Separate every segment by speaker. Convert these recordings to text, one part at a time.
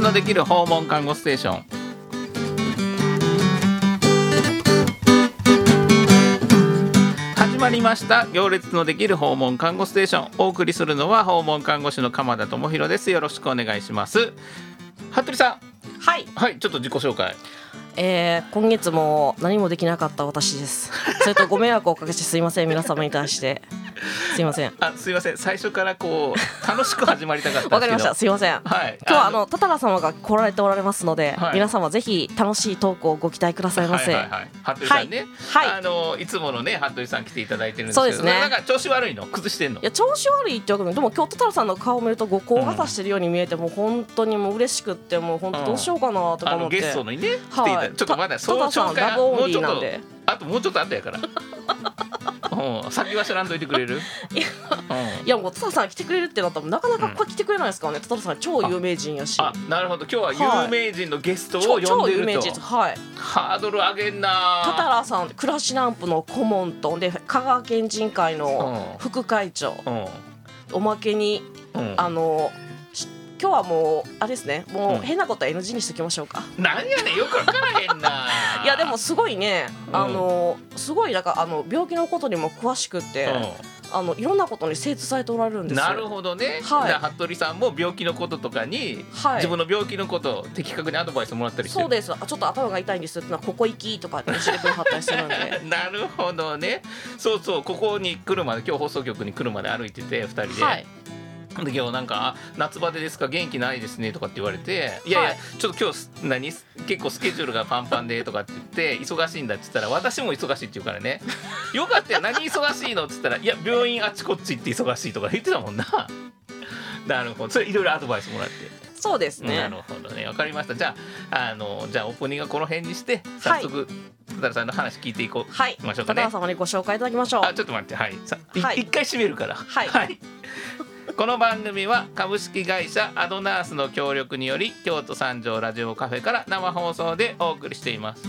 Speaker 1: のできる訪問看護ステーション始まりました行列のできる訪問看護ステーションお送りするのは訪問看護師の鎌田智博ですよろしくお願いします服部さん
Speaker 2: はい、
Speaker 1: はいちょっと自己紹介
Speaker 2: えー、今月も何もできなかった私 です。それとご迷惑をおかけしてすいません皆様に対してすいま せん。
Speaker 1: あすいません最初からこ う楽しく始まりたかったん
Speaker 2: わ
Speaker 1: ですけ
Speaker 2: かりま
Speaker 1: ど
Speaker 2: した。すいません。今
Speaker 1: はい
Speaker 2: 日はあのタタラ様が来られておられますので、
Speaker 1: はい
Speaker 2: 皆様ぜひ楽しいトークをご期待くださいませ。
Speaker 1: はいはいはい、服部さんね、
Speaker 2: はいはい
Speaker 1: あのいつものね服部さん来ていただいてるんですけど
Speaker 2: そうですね
Speaker 1: なんか調子悪いの崩してんの
Speaker 2: いや調子悪いってわけでもでも今日トタラさんの顔を見るとご高型してるように見えて、もう本当にもう嬉しくってもう本当どうしようかなとか
Speaker 1: あ
Speaker 2: 思
Speaker 1: の
Speaker 2: って、
Speaker 1: ゲストのにね来ていた、
Speaker 2: はい
Speaker 1: ちょっとまだ
Speaker 2: た
Speaker 1: その紹
Speaker 2: 戸田さん
Speaker 1: 介
Speaker 2: ラブ
Speaker 1: も
Speaker 2: オ
Speaker 1: う
Speaker 2: ンリ
Speaker 1: ちょ
Speaker 2: ー
Speaker 1: っ
Speaker 2: なん
Speaker 1: と
Speaker 2: で
Speaker 1: あともうちょっと後やから、うん、先は知らんといてくれる、うん、
Speaker 2: いやもうトタラさん来てくれるってなったらなかなかここ来てくれないですからね、トタラさん超有名人やし
Speaker 1: あなるほど今日は有名人のゲストを
Speaker 2: 超
Speaker 1: 呼ん
Speaker 2: 超
Speaker 1: で
Speaker 2: 有
Speaker 1: る
Speaker 2: 名
Speaker 1: と、
Speaker 2: 人ですはい
Speaker 1: ハードル上げん
Speaker 2: タタ
Speaker 1: な
Speaker 2: ラさんクラシナンプの顧問とで香川県人会の
Speaker 1: うん
Speaker 2: 副会長
Speaker 1: うん
Speaker 2: おまけに
Speaker 1: うん
Speaker 2: あのし今日はもうあれですねも
Speaker 1: うん
Speaker 2: う変なことは NG にしときましょうか、
Speaker 1: なんやねんよくわからへんな
Speaker 2: いやでもすごいね、
Speaker 1: うん
Speaker 2: あのすごいなんかあの病気のことにも詳しくて、あのいろんなことに精通されておられるん
Speaker 1: うん
Speaker 2: ですよ
Speaker 1: なるほどね、
Speaker 2: はい
Speaker 1: じゃあ服部さんも病気のこととかに
Speaker 2: はい
Speaker 1: 自分の病気のことを的確にアドバイスもらったりして
Speaker 2: そう
Speaker 1: る。
Speaker 2: ですあちょっと頭が痛いんですってのはここ行きとかって教えてくれはったりするんで
Speaker 1: なるほどねそうそうここに来るまで今日放送局に来るまで歩いてて2人で,、
Speaker 2: はい
Speaker 1: で今日なんかあ「夏バテですか元気ないですね」とかって言われて「いやいや、
Speaker 2: はい
Speaker 1: ちょっと今日何結構スケジュールがパンパンで」とかって言って「 忙しいんだ」って言ったら「私も忙しい」って言うから ね「よかったよ何忙しいの?」って言ったら「いや病院あっちこっち行って忙しい」とか言ってたもんな。 なるほどそれいろいろアドバイスもらって。
Speaker 2: そうですね、
Speaker 1: なるほどね、わかりました。じゃあ、あの、じゃあ、オープニングはこの辺にして、早速。たださんの話聞いていこう。
Speaker 2: はい
Speaker 1: 行きましょうか
Speaker 2: タタ
Speaker 1: ね
Speaker 2: ラ。様にご紹介いただきましょう
Speaker 1: あ、ちょっと待って、はい、さ、い
Speaker 2: はい
Speaker 1: 一回閉めるから。はいこの番組は株式会社アドナースの協力により、京都三条ラジオカフェから生放送でお送りしています。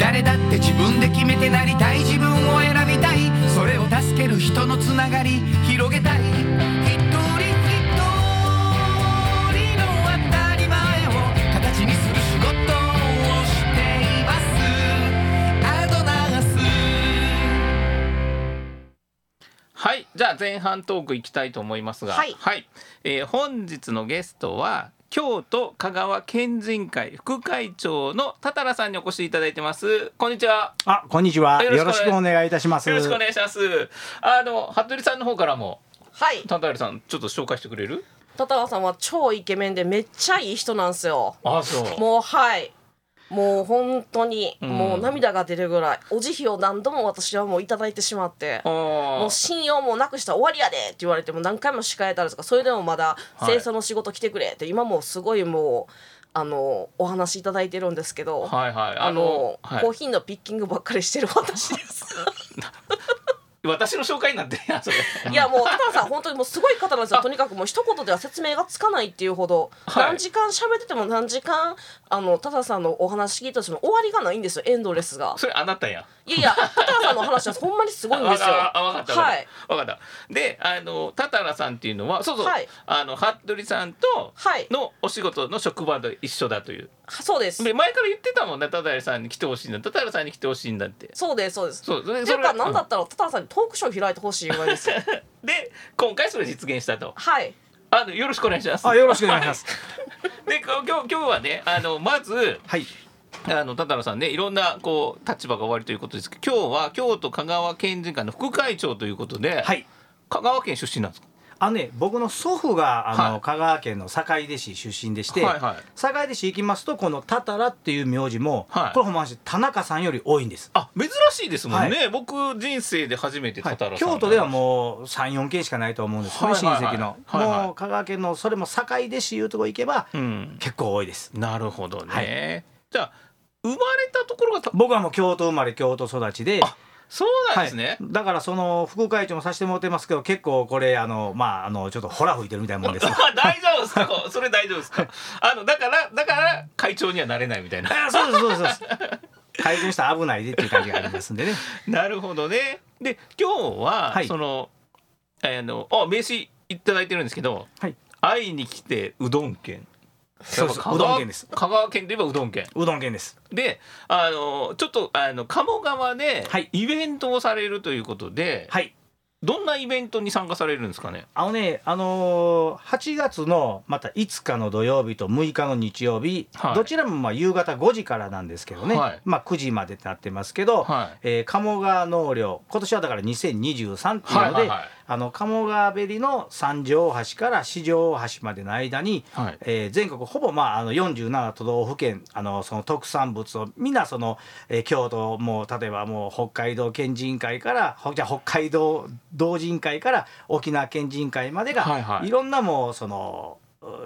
Speaker 3: 誰だって自分で決めてなりたい自分を選びたいそれを助ける人のつながり広げたい一人一人の当たり前を形にする仕事をしていますアドナース
Speaker 1: はい、じゃあ前半トークいきたいと思いますが、
Speaker 2: はい
Speaker 1: えー本日のゲストは京都香川県人会副会長のたたらさんにお越しいただいてます。こんにちは。
Speaker 4: あ、こんにちは。
Speaker 1: よ
Speaker 4: よ
Speaker 1: ろ
Speaker 4: ろ
Speaker 1: し
Speaker 4: し
Speaker 1: く
Speaker 4: く
Speaker 1: お
Speaker 4: お願いいたします。
Speaker 1: よろしくお願いします。あの服部さんの方からも、
Speaker 2: はい
Speaker 1: タンタールさんちょっと紹介してくれる？
Speaker 2: タタラさんは超イケメンでめっちゃいい人なんですよ
Speaker 1: あ、そう。
Speaker 2: もうはいもう本当に、
Speaker 1: うん
Speaker 2: もう涙が出るぐらいお慈悲を何度も私はもういただいてしまっても
Speaker 1: あ
Speaker 2: う信用もなくしたら終わりやでって言われてもう何回も仕えたりとかそれでもまだ
Speaker 1: はい
Speaker 2: 清掃の仕事来てくれって、今もうすごいもうあのお話いただいてるんですけど、
Speaker 1: あ、はいはい。
Speaker 2: あの
Speaker 1: はい
Speaker 2: コーヒーのピッキングばっかりしてる私です。
Speaker 1: 私の紹介になって るやんそれ。
Speaker 2: いやもう、タカさん、本当にもうすごい方なんですよ。とにかくもう一言では説明がつかないっていうほど、
Speaker 1: はい
Speaker 2: 何時間喋ってても何時間、あの、タカさんのお話聞いたとしても終わりがないんですよ、エンドレスが。
Speaker 1: それあなたやん。
Speaker 2: いやいや、タカさんのお話はほんまにすごいんですよ。
Speaker 1: あああわかった。わか
Speaker 2: は
Speaker 1: っ
Speaker 2: い。
Speaker 1: た。わかった。で、あのタタラさんっていうのは、そうそう。
Speaker 2: はい
Speaker 1: あの服部さんと
Speaker 2: はい。
Speaker 1: のお仕事の職場で一緒だという。
Speaker 2: そうです。
Speaker 1: で前から言ってたもんね、タタラさんに来てほしいんだ、タタラさんに来てほしいんだって。
Speaker 2: そうです、そうです。
Speaker 1: そう。それ
Speaker 2: っていうか、なんだ
Speaker 1: う
Speaker 2: ったら、タカさんにトークショー開いてほしいぐらい ですよ。
Speaker 1: んで今回それ実現したと。
Speaker 2: はい。
Speaker 1: あのよろしくお願いします。
Speaker 4: あ、よろしくお願いします。
Speaker 1: でこ今日今日はねあのまず
Speaker 4: はい。
Speaker 1: あのタタラさんねいろんなこう立場がおありということですけど今日は京都香川県人会の副会長ということで、
Speaker 4: はい。
Speaker 1: 香川県出身なんですか
Speaker 4: あのね、僕の祖父があの、
Speaker 1: はい
Speaker 4: 香川県の坂出市出身でして、
Speaker 1: はいはい
Speaker 4: 坂出市行きますとこのタタラっていう名字も、
Speaker 1: はい
Speaker 4: これほんまに田中さんより多いんです。
Speaker 1: あ珍しいですもんね、僕人生で初めて
Speaker 4: は
Speaker 1: タ
Speaker 4: い
Speaker 1: タラさん、
Speaker 4: 京都ではもう34軒しかないと思うんですね、
Speaker 1: はいはいはい
Speaker 4: 親戚の、
Speaker 1: はいはい
Speaker 4: もう香川県のそれも坂出市いうとこ行けば、
Speaker 1: うん
Speaker 4: 結構多いです
Speaker 1: なるほどね、
Speaker 4: は
Speaker 1: じゃあ生まれたところがた
Speaker 4: 僕はもう京都生まれ京都育ちで
Speaker 1: あそうなんですね、
Speaker 4: はい、だからその副会長もさせてもらってますけど結構これあのまああのちょっとホラ吹いてるみたいなもんですよ
Speaker 1: 大丈夫ですかそれ大丈夫ですかあのだからだから会長にはなれないみたいな
Speaker 4: あそうですそうですそうです改善したら危ないでっていう感じがありますんでね
Speaker 1: なるほどね。で今日は、
Speaker 4: はい
Speaker 1: そのあのあ名刺いただいてるんですけど
Speaker 4: はい
Speaker 1: 「会いに来てうどん県」
Speaker 4: そうです
Speaker 1: やっぱ香川
Speaker 4: うどん県です
Speaker 1: 香川県といえばうどん県
Speaker 4: うどん県です
Speaker 1: であのちょっとあの鴨川で
Speaker 4: はい
Speaker 1: イベントをされるということで、
Speaker 4: はい
Speaker 1: どんなイベントに参加されるんですかね
Speaker 4: あのねあのー、8月のまた5日の土曜日と6日の日曜日、
Speaker 1: はい
Speaker 4: どちらもまあ夕方5時からなんですけどね、
Speaker 1: はい
Speaker 4: まあ9時までってなってますけど、
Speaker 1: はい
Speaker 4: えー鴨川農業今年はだから2023っていうの
Speaker 1: はい
Speaker 4: で、
Speaker 1: はいはい
Speaker 4: あの鴨川べりの三条大橋から四条大橋までの間に、
Speaker 1: はい
Speaker 4: えー全国ほぼ、まあ、あの47都道府県あのその特産物をみんなその、えー京都も例えばもう北海道県人会からほじゃあ北海道同人会から沖縄県人会までが、
Speaker 1: はい
Speaker 4: い
Speaker 1: はい
Speaker 4: ろんなもうその。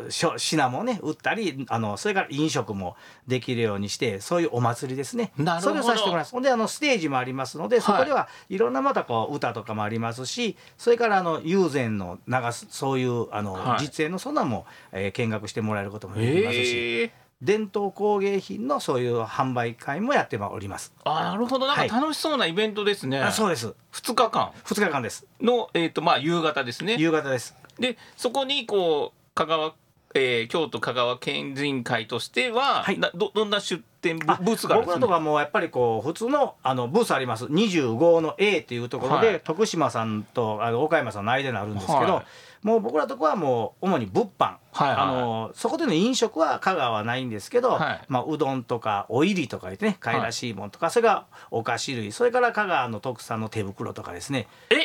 Speaker 4: うしょ品もね売ったりあのそれから飲食もできるようにしてそういうお祭りですね
Speaker 1: なるほど
Speaker 4: それをさせてもらいますほんであのステージもありますのでそこではいろんなまたこう歌とかもありますしそれからあの友禅の流すそういうあの、
Speaker 1: はい
Speaker 4: 実演のそんなんも、えー見学してもらえることもできますし、
Speaker 1: ええ
Speaker 4: 伝統工芸品のそういう販売会もやっております、
Speaker 1: あなるほどなんか
Speaker 4: はい
Speaker 1: 楽しそうなイベントですね、
Speaker 4: あそうです
Speaker 1: 2日間
Speaker 4: 2日間です
Speaker 1: の、えーとまあ、夕方ですね
Speaker 4: 夕方です
Speaker 1: でそこにこう香川、えー京都香川県人会としては、
Speaker 4: はい
Speaker 1: などどんな出店ブ
Speaker 4: あ
Speaker 1: ブースがあるんで
Speaker 4: 僕
Speaker 1: す
Speaker 4: のとこ
Speaker 1: か、
Speaker 4: はもうやっぱりこう普通のあのブースあります25の A っていうところで、
Speaker 1: はい
Speaker 4: 徳島さんとあの岡山さんの間にあるんですけど、
Speaker 1: は
Speaker 4: もう僕らのとこはもう主に物販、
Speaker 1: はいはい
Speaker 4: あのそこでの飲食は香川はないんですけど、
Speaker 1: はい
Speaker 4: まあ、うどんとかおいりとか言ってね貝らしいもんとか、それからお菓子類それから香川の特産の手袋とかですね
Speaker 1: え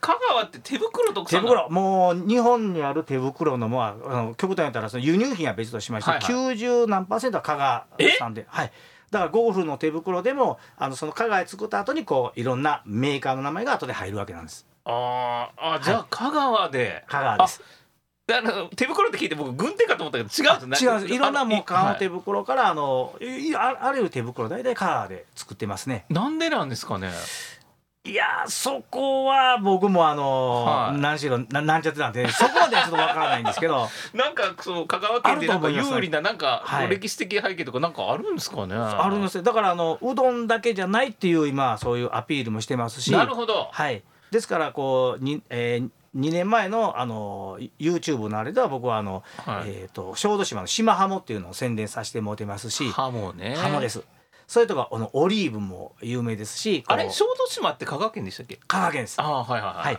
Speaker 1: 香川って手袋特
Speaker 4: 手
Speaker 1: 産なの
Speaker 4: 袋もう日本にある手袋のもああの極端に言ったらその輸入品は別としまして、
Speaker 1: はいはい
Speaker 4: 90何パーセントは香川産で、はい、だからゴーフの手袋でもあのその香川で作った後にこういろんなメーカーの名前が後で入るわけなんです
Speaker 1: あーあじゃあ香川で、
Speaker 4: 香川です
Speaker 1: あの手袋って聞いて僕軍手かと思ったけど違うんです
Speaker 4: 違うんですいろんなもう
Speaker 1: あの
Speaker 4: 革
Speaker 1: は
Speaker 4: の
Speaker 1: い
Speaker 4: 手袋からあのいいああらゆる手袋大体香川で作ってますね
Speaker 1: なんでなんですかね
Speaker 4: いやーそこは僕もあの
Speaker 1: はい
Speaker 4: 何しろななんちゃってなんでそこまではちょっとわからないんですけど
Speaker 1: なんかその香川県でなんか
Speaker 4: あると思います
Speaker 1: 有利ななんか
Speaker 4: はい
Speaker 1: 歴史的背景とかなんかあるんですかね
Speaker 4: あ
Speaker 1: あ
Speaker 4: るんですよだからあのうどんだけじゃないっていう今そういうアピールもしてますし
Speaker 1: なるほど
Speaker 4: はい、ですからこうに、えー2年前のあの YouTube のあれでは僕はあの、
Speaker 1: はい
Speaker 4: えー、と小豆島の島ハモっていうのを宣伝させてもらってますしハ
Speaker 1: ハモね
Speaker 4: モですそれとかあのオリーブも有名ですしこ
Speaker 1: あ
Speaker 4: う
Speaker 1: れ小豆島って香川県でしたっけ
Speaker 4: 香川県です
Speaker 1: ああはいはいは、
Speaker 4: はいい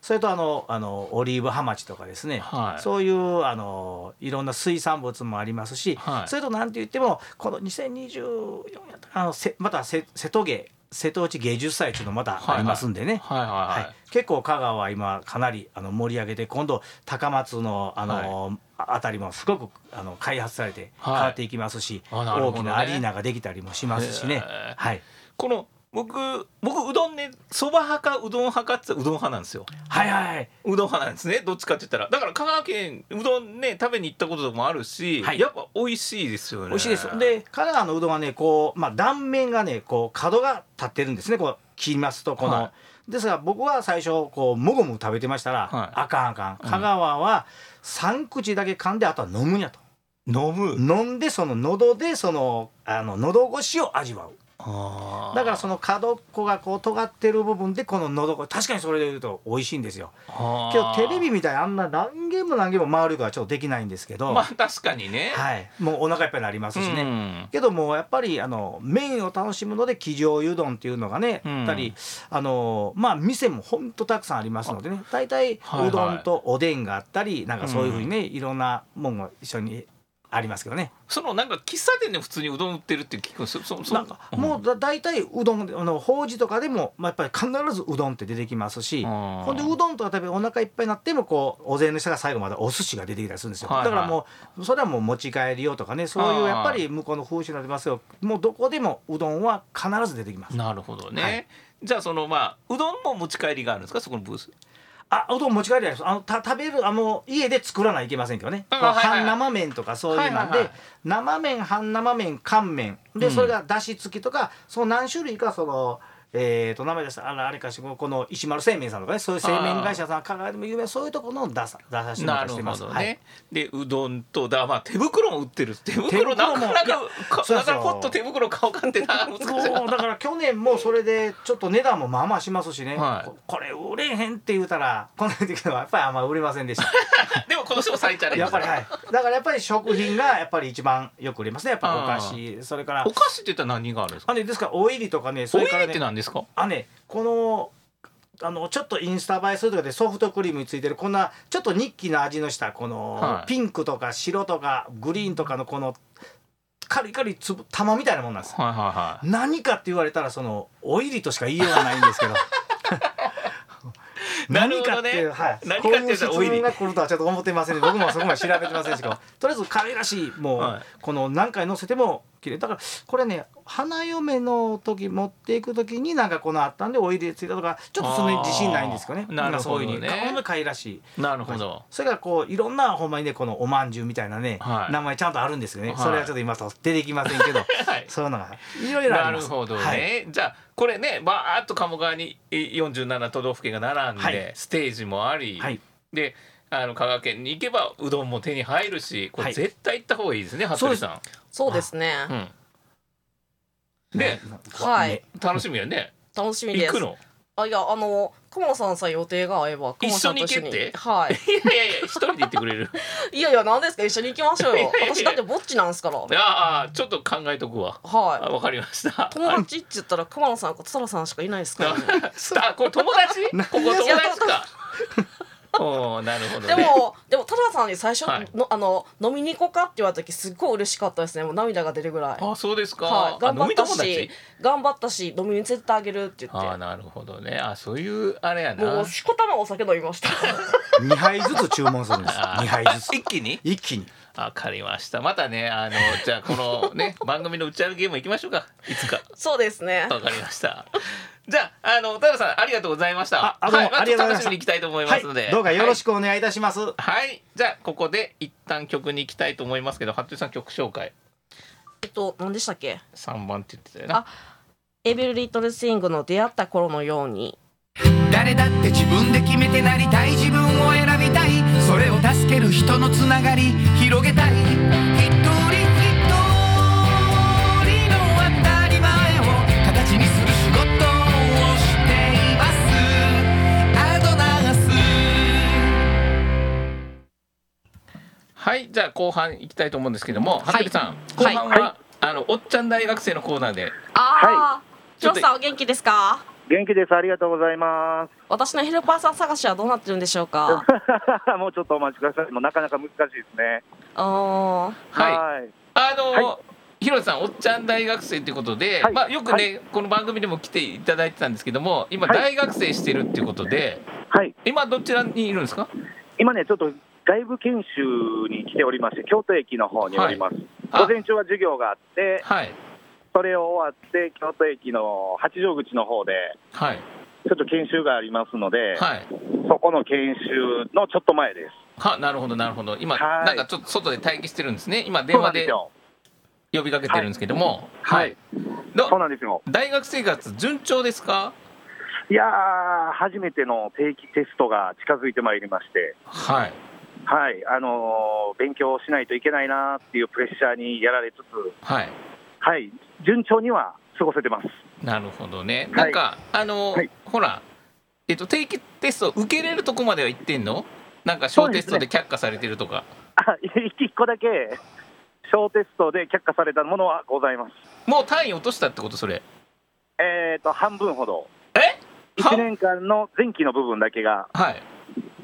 Speaker 4: それとあのあのオリーブハマチとかですね、
Speaker 1: はい
Speaker 4: そういうあのいろんな水産物もありますし、
Speaker 1: はい
Speaker 4: それとなんて言ってもこの2024やったかなあのせまたせ瀬戸芸瀬戸内芸術祭っていうのまたありますんでね、
Speaker 1: はいはいはい、
Speaker 4: はい、結構香川は今かなりあの盛り上げて今度高松のあの、ああたりもすごくあの開発されて
Speaker 1: は
Speaker 4: 変
Speaker 1: い
Speaker 4: わっていきますし、
Speaker 1: あなるほどね
Speaker 4: 大きなアリーナができたりもしますし
Speaker 1: へ
Speaker 4: ね
Speaker 1: ー、
Speaker 4: はい、
Speaker 1: この僕僕うどんねそば派かうどん派かって言ったらうどん派なんですよ
Speaker 4: はいはいはいう
Speaker 1: どん派なんですねどっちかって言ったらだから香川県うどんね食べに行ったこともあるし、
Speaker 4: はい
Speaker 1: やっぱ美味しいですよね
Speaker 4: 美味しいですで香川のうどんはねこう、まあ、断面がねこう角が立ってるんですねこう切りますとこの、
Speaker 1: は
Speaker 4: ですが僕は最初こうもごもご食べてましたら、
Speaker 1: はい
Speaker 4: あかんあかん香川は3口だけ噛んであとは飲むんやと
Speaker 1: 飲む
Speaker 4: 飲んでその喉でそのあの喉越しを味わう
Speaker 1: あー
Speaker 4: だからその角っこがこう尖ってる部分でこの喉越確かにそれで言うと美味しいんですよ
Speaker 1: あー
Speaker 4: 今日テレビみたいにあんな何軒も何軒も回るからちょっとできないんですけど、
Speaker 1: まあ確かにね、
Speaker 4: はい、もうお腹いっぱいになりますしね、
Speaker 1: うん
Speaker 4: けどもやっぱりあの麺を楽しむので生上湯丼っていうのがね、
Speaker 1: うん
Speaker 4: やったりあのまあ店もほんとたくさんありますのでね大体う
Speaker 1: はいはい
Speaker 4: どんとおでんがあったりなんかそういうふうにね、いろんなもんが一緒にありますけどね
Speaker 1: そのなんか喫茶店で普通にうどん売ってるって聞くんですよそそ
Speaker 4: なんかもうだ大体うどんあの法事とかでも、まあ、やっぱり必ずうどんって出てきますし
Speaker 1: うん
Speaker 4: ほんでうどんとか食べお腹いっぱいになってもこうお膳の下が最後までお寿司が出てきたりするんですよ、
Speaker 1: はいはい
Speaker 4: だからもうそれはもう持ち帰りよとかねそうい
Speaker 1: あー
Speaker 4: うやっぱり向こうの風習になってますよもうどこでもうどんは必ず出てきます
Speaker 1: なるほどね、
Speaker 4: はい
Speaker 1: じゃあそのまあうどんも持ち帰りがあるんですかそこのブース
Speaker 4: あうどん持ち帰りはありますあのた食べるあの家で作らないといけませんけどね、
Speaker 1: あ
Speaker 4: こう
Speaker 1: はいはい
Speaker 4: 半生麺とかそういうなん
Speaker 1: はいはい
Speaker 4: で、
Speaker 1: はい
Speaker 4: 生麺半生麺乾麺で、
Speaker 1: うん
Speaker 4: それがだし付きとかその何種類かその、えー、と名前出したあのあれかしこの石丸製麺さんとかねそういう製麺会社さんからでも有名なそういうところの出さ出させてもら
Speaker 1: なる
Speaker 4: ったりして
Speaker 1: ほ
Speaker 4: ます。
Speaker 1: どね、
Speaker 4: はい
Speaker 1: でうどんとだまあ手袋も売ってる手袋
Speaker 4: 手袋
Speaker 1: な
Speaker 4: も
Speaker 1: かなか
Speaker 4: いや
Speaker 1: か
Speaker 4: そう
Speaker 1: だ
Speaker 4: です
Speaker 1: から
Speaker 4: よ
Speaker 1: ポッと手袋買おうかってな難しいな
Speaker 4: そうだから去年もそれでちょっと値段もまあまあしますしね、
Speaker 1: はい
Speaker 4: ここれ売れへんって言うたらこの時はやっぱりあんま売れませんでした
Speaker 1: でも今年も再チャレンジ
Speaker 4: やっぱりはいだからやっぱり食品がやっぱり一番よく売れますねやっぱお菓子それか ら
Speaker 1: お菓子って言ったら何があるんですか
Speaker 4: あねですからお入りとかねそ
Speaker 1: お
Speaker 4: れ
Speaker 1: 入
Speaker 4: から
Speaker 1: りっ
Speaker 4: ね
Speaker 1: て何ですか
Speaker 4: あねこのあのちょっとインスタ映えするとかでソフトクリームについてるこんなちょっとニッキの味のしたこの、
Speaker 1: はい
Speaker 4: ピンクとか白とかグリーンとかのこの軽い軽い粒玉みたいなもんなんです
Speaker 1: はいはいはい
Speaker 4: 何かって言われたらそのお入りとしか言いようがないんですけど
Speaker 1: なるほ
Speaker 4: か
Speaker 1: ど
Speaker 4: って
Speaker 1: ね
Speaker 4: いう、はい、
Speaker 1: 何
Speaker 4: こ
Speaker 1: か
Speaker 4: う
Speaker 1: って
Speaker 4: い
Speaker 1: 言っ
Speaker 4: う
Speaker 1: た
Speaker 4: 質
Speaker 1: らお入り
Speaker 4: 問が来るとはちょっと思ってませんね僕もそこまで調べてませんしけどとりあえず可愛らしいもう、
Speaker 1: はい
Speaker 4: この何回乗せても綺麗だからこれね花嫁の時持っていく時になんかこのあったんでお入りついたとかちょっとそんなに自信ないんですけどね
Speaker 1: あーなるほどね
Speaker 4: なんかそういうふうにか可愛らしい
Speaker 1: なるほど。
Speaker 4: それからこういろんなほんまにねこのおまんじゅうみたいなね、
Speaker 1: はい
Speaker 4: 名前ちゃんとあるんですよね、
Speaker 1: はい
Speaker 4: それはちょっと今と出てきませんけど、
Speaker 1: はい
Speaker 4: そういうのがいろいろあ
Speaker 1: な
Speaker 4: り
Speaker 1: る
Speaker 4: ます
Speaker 1: ほどね、
Speaker 4: はい
Speaker 1: じゃあこれねバーっと鴨川にえ47都道府県が並んで、
Speaker 4: はい
Speaker 1: ステージもあり、
Speaker 4: はい
Speaker 1: であの香川県に行けばうどんも手に入るしこ
Speaker 4: は
Speaker 1: れ
Speaker 4: い
Speaker 1: 絶対行った方がいいですね、服部さ
Speaker 2: そうですね。
Speaker 1: ん。うんで
Speaker 2: はい
Speaker 4: ね
Speaker 1: 楽しみよね
Speaker 2: 楽しみで
Speaker 1: 行
Speaker 2: す。
Speaker 1: くの
Speaker 2: あいやあの鎌さんさえ予定が合えば鎌さんと
Speaker 1: 一緒に行けって
Speaker 2: はい
Speaker 1: やいやいや一人で行ってくれる
Speaker 2: い。いやいや何ですか一緒に行きましょうよ
Speaker 1: い。やいやいや
Speaker 2: 私だってぼっちなんですから。
Speaker 1: いやあちょっと考えとくわあ
Speaker 2: は
Speaker 1: わかりました
Speaker 2: い。友達って言ったら熊野さんかつさらさんしかいないですから、ね。
Speaker 1: あこれ友達ここ友達かおーなるほど、
Speaker 2: で
Speaker 1: ね、
Speaker 2: も、でも、タラさんに最初の、
Speaker 1: はい
Speaker 2: あの、飲みに行こうかって言われた時、すっごい嬉しかったですね。もう涙が出るぐらい。
Speaker 1: あそうですか、
Speaker 2: はい、
Speaker 1: あ
Speaker 2: 頑張
Speaker 1: 飲
Speaker 2: っ
Speaker 1: み
Speaker 2: た
Speaker 1: 友達
Speaker 2: し、頑張ったし、飲みに連れてってあげるって言
Speaker 1: ああ
Speaker 2: っ
Speaker 1: なるほどねあそういうあれや
Speaker 2: て。も
Speaker 1: な
Speaker 2: う、しこたまお酒飲み ました。
Speaker 4: 2杯ずつ注文するんです
Speaker 1: あー
Speaker 4: 2杯ずつ
Speaker 1: 一気に
Speaker 4: 一気に
Speaker 1: わかりましたまたねあのじゃあこの ね番組の打ち上げゲーム行きましょうかいつか
Speaker 2: そうですね。
Speaker 1: わかりましたじゃああの田原さんありがとうございました
Speaker 4: あどうも
Speaker 1: はい、ま
Speaker 4: ありがとうございま
Speaker 1: 楽
Speaker 4: し
Speaker 1: したみにいきたいと思い
Speaker 4: は
Speaker 1: ま
Speaker 4: い
Speaker 1: すので、
Speaker 4: どうかよろしくお願いいたします、
Speaker 1: はい、はいじゃあここで一旦曲に行きたいと思いますけど服部さん曲紹介
Speaker 2: えっと、何でしたっけ。
Speaker 1: 3番って言ってたよな
Speaker 2: あエビル・リトル・スイングの出会った頃のように。
Speaker 3: 誰だって自分で決めてなりたい自分を選びたいそれを助ける人のつながり広げたい一人一人の当たり前を形にする仕事をしていますアドナース
Speaker 1: はいじゃあ後半行きたいと思うんですけども
Speaker 2: はい
Speaker 1: 服部さん、後半は、あのおっちゃん大学生のコーナーで
Speaker 2: ああ、ジョー
Speaker 1: ちょっ
Speaker 2: さん、お元気ですか。
Speaker 5: 元気です。ありがとうございます。
Speaker 2: 私のヘルパーさん探しはどうなってるんでしょうか。
Speaker 5: もうちょっとお待ちください。もうなかなか難しいですね。
Speaker 2: うーん。
Speaker 1: はい
Speaker 5: い
Speaker 1: あの、
Speaker 5: は
Speaker 1: 広瀬さんおっちゃん大学生ということで、
Speaker 5: はい
Speaker 1: まあ、よくね、この番組でも来ていただいてたんですけども今
Speaker 5: は
Speaker 1: 大
Speaker 5: い
Speaker 1: 学生してるっていうことで、
Speaker 5: はい。
Speaker 1: 今どちらにいるんですか
Speaker 5: 今ね、ちょっと外部研修に来ておりまして、京都駅の方におります。
Speaker 1: あ
Speaker 5: 午前中は授業があって、
Speaker 1: はい
Speaker 5: それを終わって、京都駅の八丈口の方で、
Speaker 1: はい
Speaker 5: ちょっと研修がありますので、
Speaker 1: はい
Speaker 5: そこの研修のちょっと前です。
Speaker 1: はなるほどなるほど今
Speaker 5: はい
Speaker 1: なんかちょっと外で待機してるんですね今電
Speaker 5: そうな
Speaker 1: 話
Speaker 5: んです
Speaker 1: で
Speaker 5: よ。
Speaker 1: 呼びかけてるんですけども
Speaker 5: はい
Speaker 1: ど
Speaker 5: そうなんですよ。
Speaker 1: 大学生活順調ですか
Speaker 5: いやー、初めての定期テストが近づいてまいりまして、
Speaker 1: はい
Speaker 5: はい、あのー勉強しないといけないなっていうプレッシャーにやられつつ、
Speaker 1: はい
Speaker 5: はい、順調には過ごせてます。
Speaker 1: なるほどね
Speaker 5: は
Speaker 1: な
Speaker 5: い
Speaker 1: んか、あの、
Speaker 5: はい
Speaker 1: ほらえっと定期テスト受けれるとこまでは行ってんのなんか小テストで却下されてるとか
Speaker 5: あ、一個だけ小テストで却下されたものはございます。
Speaker 1: もう単位落としたってことそれ
Speaker 5: えっ、と半分ほど、
Speaker 1: え
Speaker 5: 1年間の前期の部分だけが
Speaker 1: は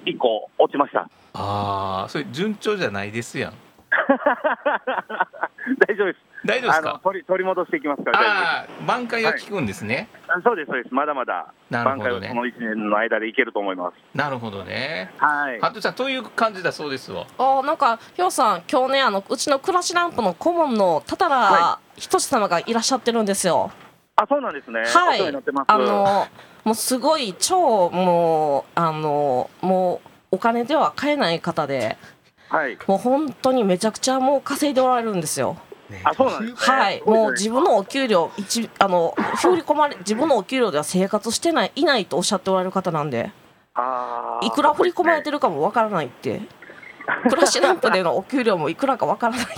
Speaker 1: い
Speaker 5: 1個落ちました。
Speaker 1: ああそれ順調じゃないですやん
Speaker 5: 大丈夫です。
Speaker 1: 大丈夫です
Speaker 5: あの
Speaker 1: か
Speaker 5: 取り取り戻していきますから大丈夫で
Speaker 1: ああ満開が効くんですね、
Speaker 5: す。あそうですそうです。まだまだ
Speaker 1: なる
Speaker 5: 挽
Speaker 1: ほ
Speaker 5: 回
Speaker 1: ど
Speaker 5: はこ
Speaker 1: ね
Speaker 5: の1年の間でいけると思います。
Speaker 1: なるほどね
Speaker 5: はい。
Speaker 1: 服部さんという感じだそうですわ
Speaker 2: あーなんかひょうさん今日ねあのうちの暮らしランプの顧問のたたら
Speaker 5: は
Speaker 2: ひとし様がいらっしゃってるんですよ。
Speaker 5: あ、そうなんですね。
Speaker 2: は
Speaker 5: お世話になってます。
Speaker 2: あのもうすごい超もうあのもうお金では買えない方で
Speaker 5: はい。
Speaker 2: もう本当にめちゃくちゃもう稼いでおられるんですよ。
Speaker 4: ね
Speaker 5: あ、そうなんです、ね。
Speaker 2: はい、もう自分
Speaker 5: の。
Speaker 2: のお給料一あの振り込まれ自分のお給料では生活してないいないとおっしゃっておられる方なんで
Speaker 5: あー
Speaker 2: いくら振り込まれてるかもわからないって暮らしなんかでのお給料もいくらかわからないっ
Speaker 5: す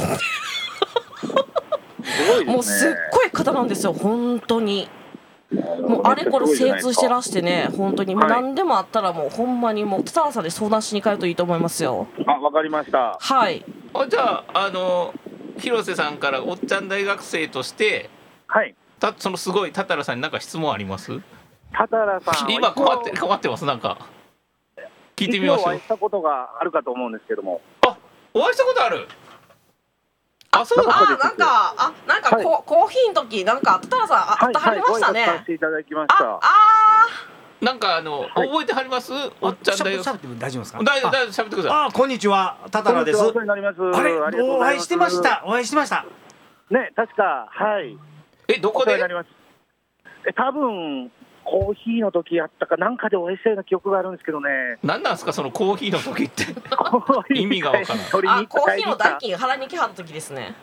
Speaker 5: ご
Speaker 2: て
Speaker 5: いですね。
Speaker 2: もうすっごい方なんですよ本当にもうあれこれ精通してらしてね本当にもう
Speaker 5: はい
Speaker 2: 何でもあったらもうほんまにもう北原さんに相談しに行かれるといいと思いますよ
Speaker 5: あ、わかりました。
Speaker 2: はい
Speaker 1: あじゃああの広瀬さんからおっちゃん大学生として
Speaker 5: はい。
Speaker 1: たそのすごいタタラさんに何か質問あります
Speaker 5: たたらさ ん。
Speaker 1: 今困って困ってますなんか聞いてみま
Speaker 5: 今
Speaker 1: し
Speaker 5: 日
Speaker 1: ょ
Speaker 5: お
Speaker 1: う
Speaker 5: 会いしたことがあるかと思うんですけども。
Speaker 1: あお会いしたことあるあそうだ
Speaker 2: あ
Speaker 5: あ
Speaker 2: なんかあなんかこ、コーヒーの時なんか北原さんああったはりましたね、
Speaker 5: ご挨拶させていただきまし
Speaker 2: あ
Speaker 5: た。
Speaker 2: あ
Speaker 1: なんかあの、覚えてはりますおっちゃん大学
Speaker 4: し
Speaker 1: 生
Speaker 4: ゃべっても大丈夫ですか
Speaker 1: 大丈夫大丈夫喋ってくださ
Speaker 4: ああこんにちはタタ
Speaker 5: こん
Speaker 4: ラ
Speaker 5: にち
Speaker 4: です
Speaker 5: はお世話になります。
Speaker 4: あ
Speaker 5: あり
Speaker 4: れ
Speaker 5: がとう
Speaker 4: お
Speaker 5: ござい
Speaker 4: 会いしてまし。たお会いしてました
Speaker 5: ね、確か、はい。
Speaker 1: いえど
Speaker 5: お
Speaker 1: こ
Speaker 5: 世
Speaker 1: で
Speaker 5: 話になります。え、多分、コーヒーの時やったか、なんかでお会いしたような記憶があるんですけどね。
Speaker 1: 何なんですかそのコーヒーの時って意
Speaker 5: 意
Speaker 1: 味がわからん
Speaker 5: 取りに行
Speaker 2: あ
Speaker 5: っ
Speaker 2: コー
Speaker 5: た帰
Speaker 2: ヒー
Speaker 5: りに行
Speaker 2: の
Speaker 5: っ
Speaker 2: 代
Speaker 5: た
Speaker 2: 金払いに来はった時ですね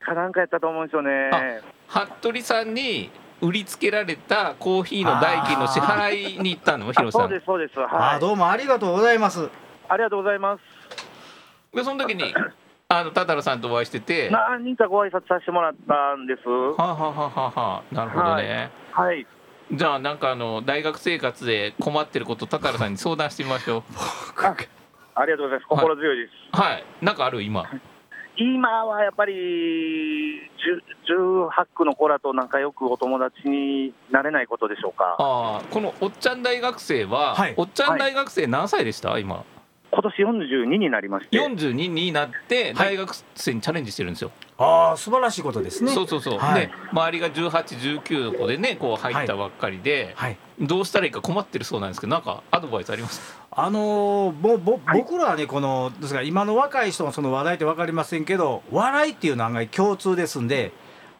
Speaker 5: かなんかやったと思うんですよね。
Speaker 1: 服部さんに売りつけられたコーヒーの代金の支払いに行ったの広瀬
Speaker 5: そ
Speaker 1: さ
Speaker 5: うんです、そうです。は
Speaker 4: あ
Speaker 5: い。
Speaker 4: ーどうもありがとうございます
Speaker 5: ありがとうございます。
Speaker 1: でその時にあのタタラさんとお会いしてては
Speaker 5: 何人かご挨拶させてもらったんです。
Speaker 1: あ、はあはあはあはあなるほどね、
Speaker 5: はい。
Speaker 1: じゃあなんかあの大学生活で困ってることタタラさんに相談してみましょう
Speaker 5: ありがとうございます。心強いです。
Speaker 1: はいなんかある今
Speaker 5: 今はやっぱり10 18区の子らと仲良くお友達になれないことでしょうか、
Speaker 1: ああこのおっちゃん大学生は、
Speaker 4: はい
Speaker 1: おっちゃん大学生何歳でした今
Speaker 5: 今年42になりまして、
Speaker 1: 42になって大学生にチャレンジしてるんですよ、
Speaker 4: ああ素晴らしいことですね
Speaker 1: そうそうそう、
Speaker 4: はい
Speaker 1: で周りが1819の子でねこう入ったばっかりで、
Speaker 4: はい
Speaker 1: どうしたらいいか困ってるそうなんですけどなんかアドバイスあります
Speaker 4: あのーぼぼ
Speaker 5: はい
Speaker 4: 僕らはねこのですから今の若い人のその話題って分かりませんけど笑いっていうのは案外共通ですんで、
Speaker 5: はい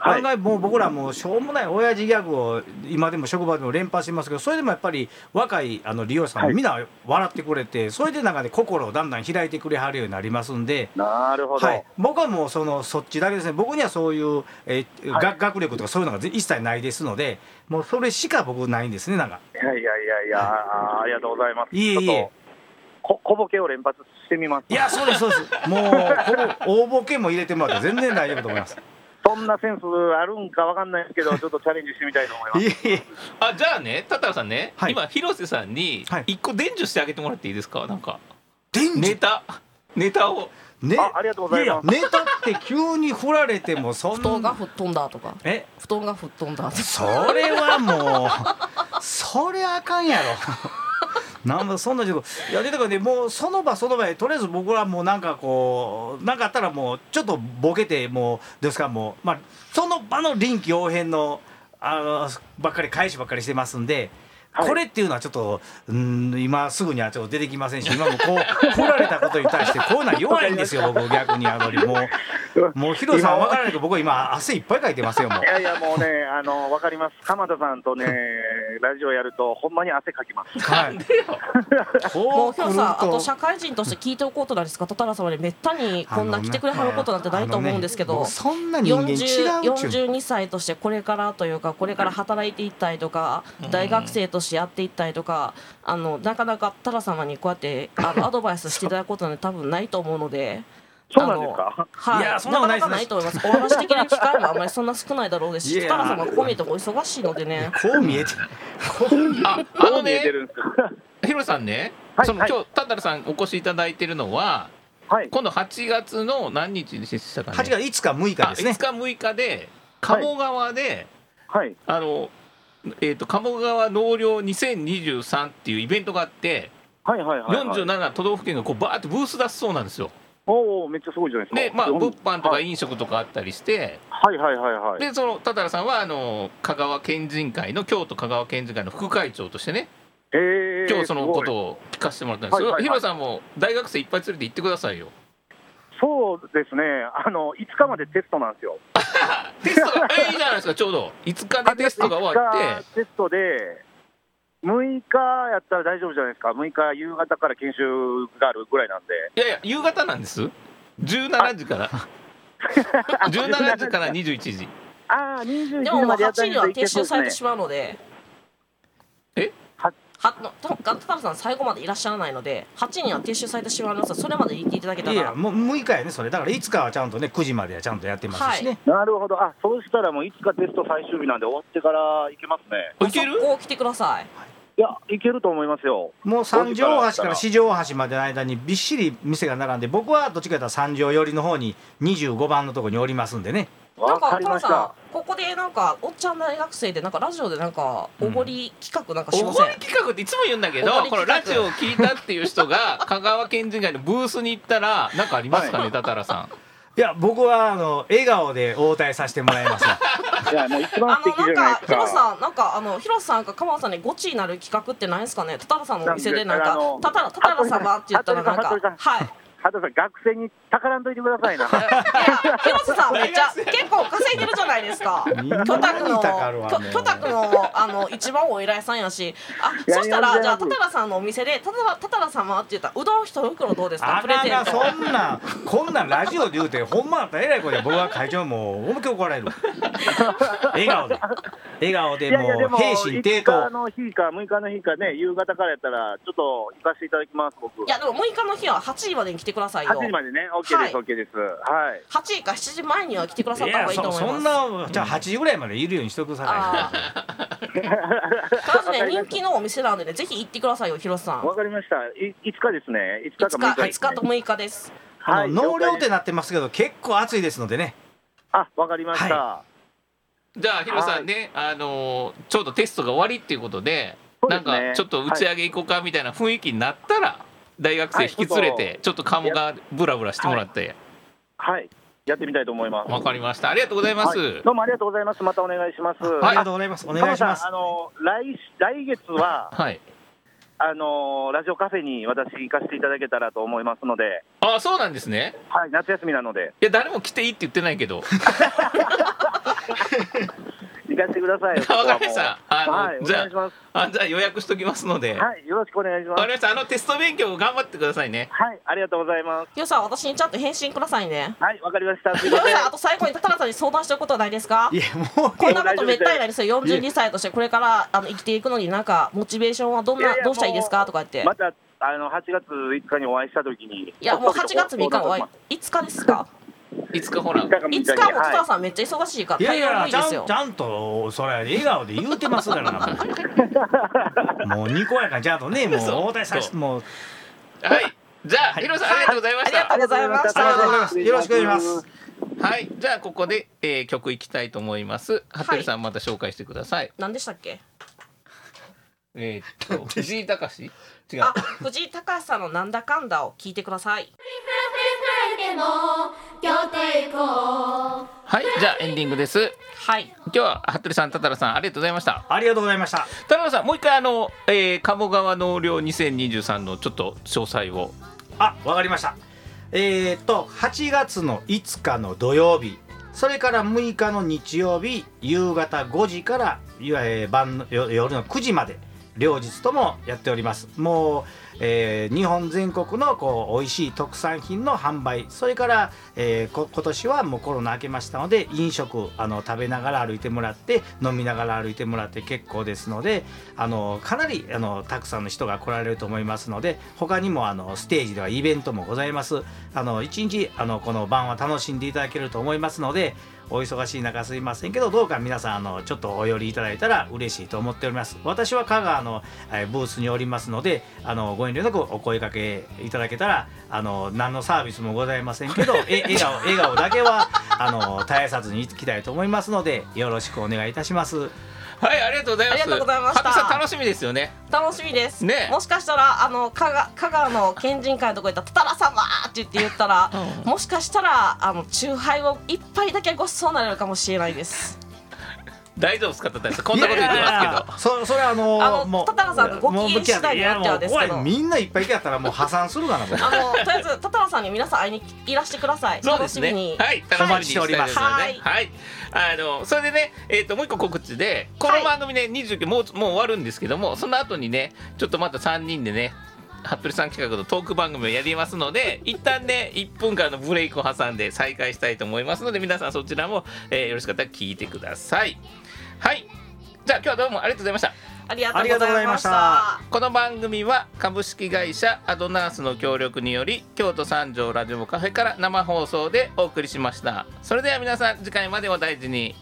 Speaker 4: 案外もう僕らもうしょうもない親父ギャグを今でも職場でも連発してますけどそれでもやっぱり若いあの利用者さん
Speaker 5: は
Speaker 4: も
Speaker 5: い
Speaker 4: みんな笑ってくれて、それでなんかね心をだんだん開いてくれはるようになりますんで。
Speaker 5: なるほど、
Speaker 4: はい、僕はもうそのそっちだけですね、僕にはそういう、えー
Speaker 5: はい
Speaker 4: 学学力とかそういうのが一切ないですので、もうそれしか僕ないんですね、なんか。
Speaker 5: い、やいやいやいや、あーありがとうございます
Speaker 4: いえいえ
Speaker 5: ちょっとこ小ボケを連発してみます
Speaker 4: いや、そうです、そうです。もう、ほぼ応募券も入れてもらって、全然大丈夫と思います。
Speaker 5: そんなセンスあるんかわかんないですけどちょっとチャレンジしてみたいと思います
Speaker 4: いえいえ
Speaker 1: あじゃあねタタラさんね、
Speaker 4: はい
Speaker 1: 今広瀬さんに
Speaker 4: はい
Speaker 1: 一個伝授してあげてもらっていいですかなんか
Speaker 4: 伝
Speaker 1: ネ
Speaker 4: 授
Speaker 1: タネタを
Speaker 4: ね
Speaker 5: あありがとうございます
Speaker 4: ややネタって急に振られても、そ
Speaker 2: 布団
Speaker 4: ん
Speaker 2: が
Speaker 4: な。
Speaker 2: 吹っ飛んだとか
Speaker 4: え、
Speaker 2: 布団が吹っ飛んだとか
Speaker 4: それはもう、それあかんやろ。なんだそんな状況いやでだからねもうその場その場でとりあえず僕はもうなんかこうなんかあったらもうちょっとボケてもうですからもうまあその場の臨機応変のあのばっかり返しばっかりしてますんで、
Speaker 5: はい
Speaker 4: これっていうのはちょっとうん今すぐにはちょっと出てきませんし今もこう来られたことに対してこういうのは弱いんですよ僕逆にあのもうもうヒロさん分からないけど僕は今汗いっぱいかいてますよもう
Speaker 5: い。やいやもうねあのわかります鎌田さんとねラジオやるとほんまに汗かきます
Speaker 4: はい。
Speaker 2: も
Speaker 4: こ
Speaker 2: う今日さあと社会人として聞いておこうとなんですかトタラ様にめったにこんな来てくれはることなんてないと思うんですけ
Speaker 4: あの
Speaker 2: ど
Speaker 4: ね僕そんな人間違うっちゅ
Speaker 2: 40
Speaker 4: うの
Speaker 2: 42歳としてこれからというかこれから働いていったりとか大学生としてやっていったりとかあのなかなかタラ様にこうやってあ のアドバイスしていただくことなんて多分ないと思うので。
Speaker 5: そうなんですか
Speaker 2: あのはいい、
Speaker 4: や
Speaker 2: や
Speaker 4: そ
Speaker 2: そ
Speaker 4: ん
Speaker 2: んな
Speaker 4: なこと
Speaker 2: こ
Speaker 4: ない
Speaker 2: と
Speaker 4: です
Speaker 2: ないと思います。お話的な機会もあんまりそんな少ないだろうです
Speaker 4: い
Speaker 2: し、
Speaker 4: や
Speaker 2: タラ様こう見えてもお忙しいのでね。
Speaker 4: こう見えて
Speaker 1: ああ
Speaker 5: ど
Speaker 1: の
Speaker 5: う見え
Speaker 1: ね
Speaker 5: てるんですか
Speaker 1: 広瀬さんね、
Speaker 5: はい
Speaker 1: その
Speaker 5: はい
Speaker 1: 今日タタラさんお越しいただいてるのは
Speaker 5: はい
Speaker 1: 今度8月の何日でしたかね
Speaker 4: 8月5日6日
Speaker 1: あ
Speaker 4: ですね。
Speaker 1: 5日6日で鴨川で、
Speaker 5: はい
Speaker 1: あの、えー、と鴨川納涼2023っていうイベントがあって、
Speaker 5: はいはいはい、はい、
Speaker 1: 47都道府県がこうバーってブース出すそうなんですよ。
Speaker 5: おおめっちゃすごいじゃないで
Speaker 1: で、
Speaker 5: すか。
Speaker 1: まあ、物販とか
Speaker 5: はい
Speaker 1: 飲食とかあったりして、
Speaker 5: はいはいはいはい。
Speaker 1: でその多々良さんはあの香川県人会の京都香川県人会の副会長としてね
Speaker 5: え
Speaker 1: 今日そのこと
Speaker 5: を。
Speaker 1: を聞かせてもらったんですけど、
Speaker 5: はいはいはい
Speaker 1: ヒロさんも大学生いっぱい連れて行ってくださいよ。
Speaker 5: そうですね。あの5日までテストなんですよ。
Speaker 1: テストがえいいじゃないですかちょうど5日でテストが終わって
Speaker 5: 5日テストで6日やったら大丈夫じゃないですか。6日夕方から研修があるぐらいなんで。
Speaker 1: いやいや夕方なんです17時から 17時から21時
Speaker 5: ああ、21
Speaker 2: で
Speaker 5: 時
Speaker 2: もま
Speaker 5: ま
Speaker 2: あ
Speaker 5: でやった
Speaker 2: 8位
Speaker 5: んで
Speaker 2: には
Speaker 5: 行け
Speaker 2: 撤
Speaker 5: そ
Speaker 2: 収
Speaker 5: う
Speaker 2: され
Speaker 5: で
Speaker 2: て
Speaker 5: す
Speaker 2: し
Speaker 5: ね。
Speaker 2: まうので
Speaker 1: え
Speaker 2: はの多分ガッタラさん最後までいらっしゃらないので8位には撤収されてしまいますがそれまで行っていただけた
Speaker 4: いや
Speaker 2: ら
Speaker 4: もう6日やねそれだからいつかはちゃんとね9時まではちゃんとやってますしね、
Speaker 2: は
Speaker 5: なるほど。あ、そうしたらもういつかテスト最終日なんで終わってから行けますね。
Speaker 1: いける
Speaker 2: こう来てください
Speaker 5: いや、行けると思いますよ。
Speaker 4: もう三条大橋から四条大橋までの間にびっしり店が並んで僕はどっちかというと三条寄りの方に25番のとこにおりますんでね
Speaker 2: な
Speaker 5: わ
Speaker 2: んか
Speaker 5: か
Speaker 2: タ
Speaker 5: り
Speaker 2: ラ
Speaker 5: まし
Speaker 2: さ
Speaker 5: た。
Speaker 2: んここでなんかおっちゃん大学生でなんかラジオでなんかおごり企画なんかし
Speaker 1: お
Speaker 2: ま
Speaker 1: ご
Speaker 2: せん、
Speaker 1: り企画っていつも言うんだけど
Speaker 2: おごり企
Speaker 1: このラ
Speaker 2: 画
Speaker 1: ジオを聞いたっていう人が香川県人街のブースに行ったら何かありますかねたたらさん
Speaker 4: いや僕はあの笑顔で応対させてもらいますわ
Speaker 5: いや、もう一番
Speaker 2: あ
Speaker 5: 素
Speaker 2: の
Speaker 5: 敵
Speaker 2: な
Speaker 5: じゃ
Speaker 2: ん
Speaker 5: ない
Speaker 2: か
Speaker 5: です
Speaker 2: ヒロ
Speaker 5: か。
Speaker 2: さんなんかあのヒロさんかカマさんにゴチになる企画ってないですかねタタラさんのお店でなん
Speaker 5: なん
Speaker 2: か
Speaker 5: かあの
Speaker 2: タタラタタラ様って言ったらなん
Speaker 5: 服部さ
Speaker 2: か
Speaker 5: ん
Speaker 2: はい
Speaker 5: 畑さん、学生にたからんといてくださ いな。
Speaker 2: いや、広瀬さんめっちゃ結構稼いでるじゃないですか。
Speaker 4: みんなに
Speaker 2: 巨卓の
Speaker 4: 高るわね
Speaker 2: 巨巨卓のあの一番お偉いさんやし、あ
Speaker 5: いや
Speaker 2: そしたら
Speaker 5: やる
Speaker 2: じゃ
Speaker 5: や
Speaker 2: あ
Speaker 5: る
Speaker 2: タタラさんのお店でタタラタタラ様って言ったらうどん一袋どうですか
Speaker 4: あ
Speaker 2: プレ
Speaker 4: ら
Speaker 2: ゼ
Speaker 4: ら
Speaker 2: ント。
Speaker 4: そんなんこんなんラジオで言うてほんまだったらえらいことや僕は会長もう思いっきり怒られる笑顔で笑顔でもう平心
Speaker 5: 5
Speaker 4: 抵
Speaker 5: 日
Speaker 4: 抗
Speaker 5: の日か6日の日かね、夕方からやったら、ちょっと行かせていただきます、僕。
Speaker 2: いやでも6日の日は8時までに来てくださいよ
Speaker 5: 8。時までね、OK です、
Speaker 2: はい
Speaker 5: OK です。はい。
Speaker 2: 8時か7時前には来てくださっ
Speaker 4: い
Speaker 2: た方
Speaker 4: や
Speaker 2: がいいと
Speaker 4: そ
Speaker 2: 思い
Speaker 4: そ
Speaker 2: ます
Speaker 4: ん。なじゃあ8時ぐらいまでいるようにしとくさ
Speaker 2: あ
Speaker 4: かい
Speaker 2: とりあえずね人気のお店なんでねぜひ行ってくださいよ広瀬さん。
Speaker 5: わかりました。い5日ですね。5日
Speaker 2: 5
Speaker 5: か6日
Speaker 2: 日
Speaker 5: です、
Speaker 2: 5日
Speaker 5: ね
Speaker 2: と。6日です。
Speaker 4: あ
Speaker 5: い
Speaker 4: の納涼っ
Speaker 5: 了解
Speaker 4: て
Speaker 5: です
Speaker 4: なってますけど結構暑いですのでね
Speaker 5: あ、わかりました。
Speaker 1: じゃあヒロさんね、あのーちょうどテストが終わりっていうことで
Speaker 5: そうで
Speaker 1: なん
Speaker 5: すね
Speaker 1: かちょっと打ち上げ行こうかみたいな雰囲気になったら大学生引き連れ
Speaker 5: は
Speaker 1: てちょっと鴨がブラブラしてもらって
Speaker 5: はい。やってみたいと思います。
Speaker 1: わかりましたありがとうございます、
Speaker 5: はいどうもありがとうございます。またお願いします。
Speaker 4: あ
Speaker 1: は
Speaker 4: りがとうございますお
Speaker 5: お
Speaker 4: 願いします
Speaker 5: あの来来月は
Speaker 1: はい。
Speaker 5: あのラジオカフェに私行かせていただけたらと思いますので、
Speaker 1: あ、そうなんですね。
Speaker 5: はい、夏休みなので
Speaker 1: いや、誰も来ていいって言ってないけど。わ
Speaker 5: 行かせてくださいよ。
Speaker 1: かりました。あの、
Speaker 5: はい、お
Speaker 1: じ
Speaker 5: 願
Speaker 1: ゃ
Speaker 5: いします。
Speaker 1: あ、あ、じゃあ予約しときますので。
Speaker 5: はい、よろしくお願いしま
Speaker 1: わ
Speaker 5: す
Speaker 1: か。りました。あのテスト勉強頑張ってくださいね。
Speaker 5: はい、ありがとうございます。
Speaker 2: 広瀬さん私にちゃんと返信くださいね。
Speaker 5: はい、わかりました。すいま
Speaker 2: 広
Speaker 5: せ
Speaker 2: 瀬
Speaker 5: ん。
Speaker 2: さんあと最後にタタラさんに相談しておくことはないですか
Speaker 4: い？やもう
Speaker 2: こんなことめったにないですよ42歳としてこれからあの生きていくのになんかモチベーションはどん
Speaker 5: いやい
Speaker 2: な
Speaker 5: や
Speaker 2: どうしたらいいですかとか言って
Speaker 5: またあの8月5日にお会いしたときに。
Speaker 2: いやもう8月3日の終わり5日ですか
Speaker 1: いつかほら。
Speaker 5: 5
Speaker 2: 5日もト
Speaker 5: か6には
Speaker 2: タ
Speaker 5: い
Speaker 2: さんめっちゃ忙しいか
Speaker 4: い
Speaker 2: ら
Speaker 4: やい
Speaker 2: 対応
Speaker 4: や
Speaker 2: もいい
Speaker 4: ち
Speaker 2: で
Speaker 4: ゃん
Speaker 2: すよ
Speaker 4: ちゃんとそれ笑顔で言うてますから なもうにこやかにちゃんとねもう
Speaker 1: そう
Speaker 4: 応対させてもう
Speaker 1: はい。じゃあ、ヒロさん、ありがとうございまし
Speaker 2: あ
Speaker 1: た
Speaker 2: り。がとうございまし
Speaker 4: ありがとうござい
Speaker 2: た
Speaker 4: ますよろしくお願いします
Speaker 1: はい。じゃあ、ここで、えー曲いきたいと思います。はてるさん、また紹介してください。
Speaker 2: 何でしたっけ
Speaker 1: えーっと、藤井隆。違う
Speaker 2: あ。藤井隆さんのなんだかんだを聞いてください
Speaker 6: でも両手行こう
Speaker 1: はい。じゃあ、エンディングです。
Speaker 2: はい
Speaker 1: 今日は、はてるさん、たたらさん、ありがとうございました。
Speaker 4: ありがとうございました
Speaker 1: たたらさん、もう一回、あの、えー、鴨川農業2023のちょっと詳細を。
Speaker 4: あわかりましたえー、っと8月の5日の土曜日それから6日の日曜日夕方5時から、いわえー晩のよ夜の9時まで両日ともやっておりますもう、えー日本全国のこう美味しい特産品の販売それから、えーこ今年はもうコロナ明けましたので飲食あの食べながら歩いてもらって飲みながら歩いてもらって結構ですのであのかなりあのたくさんの人が来られると思いますので他にもあのステージではイベントもございますあの一日あのこの晩は楽しんでいただけると思いますのでお忙しい中すいませんけどどうか皆さんあのちょっとお寄りいただいたら嬉しいと思っております私は香川のえーブースにおりますのであのご遠慮なくお声掛けいただけたらあの何のサービスもございませんけどえ笑顔笑顔だけはあの絶やさずにいきたいと思いますのでよろしくお願いいたします
Speaker 1: はい、ありがとうございます。
Speaker 2: ありがとうございました
Speaker 1: はてるさん、楽しみですよね。
Speaker 2: 楽しみです、
Speaker 1: ね
Speaker 2: もしかしたらあの香川香川の県人会のとこ行ったら「タタラ様!」って言って言った ら、
Speaker 1: うん
Speaker 2: もしかしたらあのチューハイを一杯だけごちそうになれるかもしれない です
Speaker 1: 大丈夫ですか、たたらさん。こんなこと言って
Speaker 4: いやい
Speaker 1: ま
Speaker 4: や
Speaker 1: すけど。
Speaker 4: そそれはあの
Speaker 2: あの
Speaker 4: もう
Speaker 2: タタラさんのご機嫌次第によってはですけど
Speaker 4: もう向き合っていやもう怖いみんないっぱい来やったらもう破産するかな僕
Speaker 2: あのとりあえずタタラさんに皆さん会いにいらしてください
Speaker 1: そうです
Speaker 2: 楽しみ
Speaker 1: ね
Speaker 2: に。
Speaker 1: はい、楽しみにしておりますので
Speaker 2: はい
Speaker 1: ね。はい、あの、それでね、えっ、と、もう一個告知で、この番組ね、二十九、もう、もう終わるんですけども、その後にね。ちょっとまた三人でね、服部さん企画のトーク番組をやりますの で一旦ね1分間のブレイクを挟んで再開したいと思いますので皆さんそちらも、えーよろしかったら聞いてくださいはいじゃあ今日はどうもありがとうございました
Speaker 2: ありがとうございました。
Speaker 1: この番組は株式会社アドナースの協力により京都三条ラジオカフェから生放送でお送りしましたそれでは皆さん次回までお大事に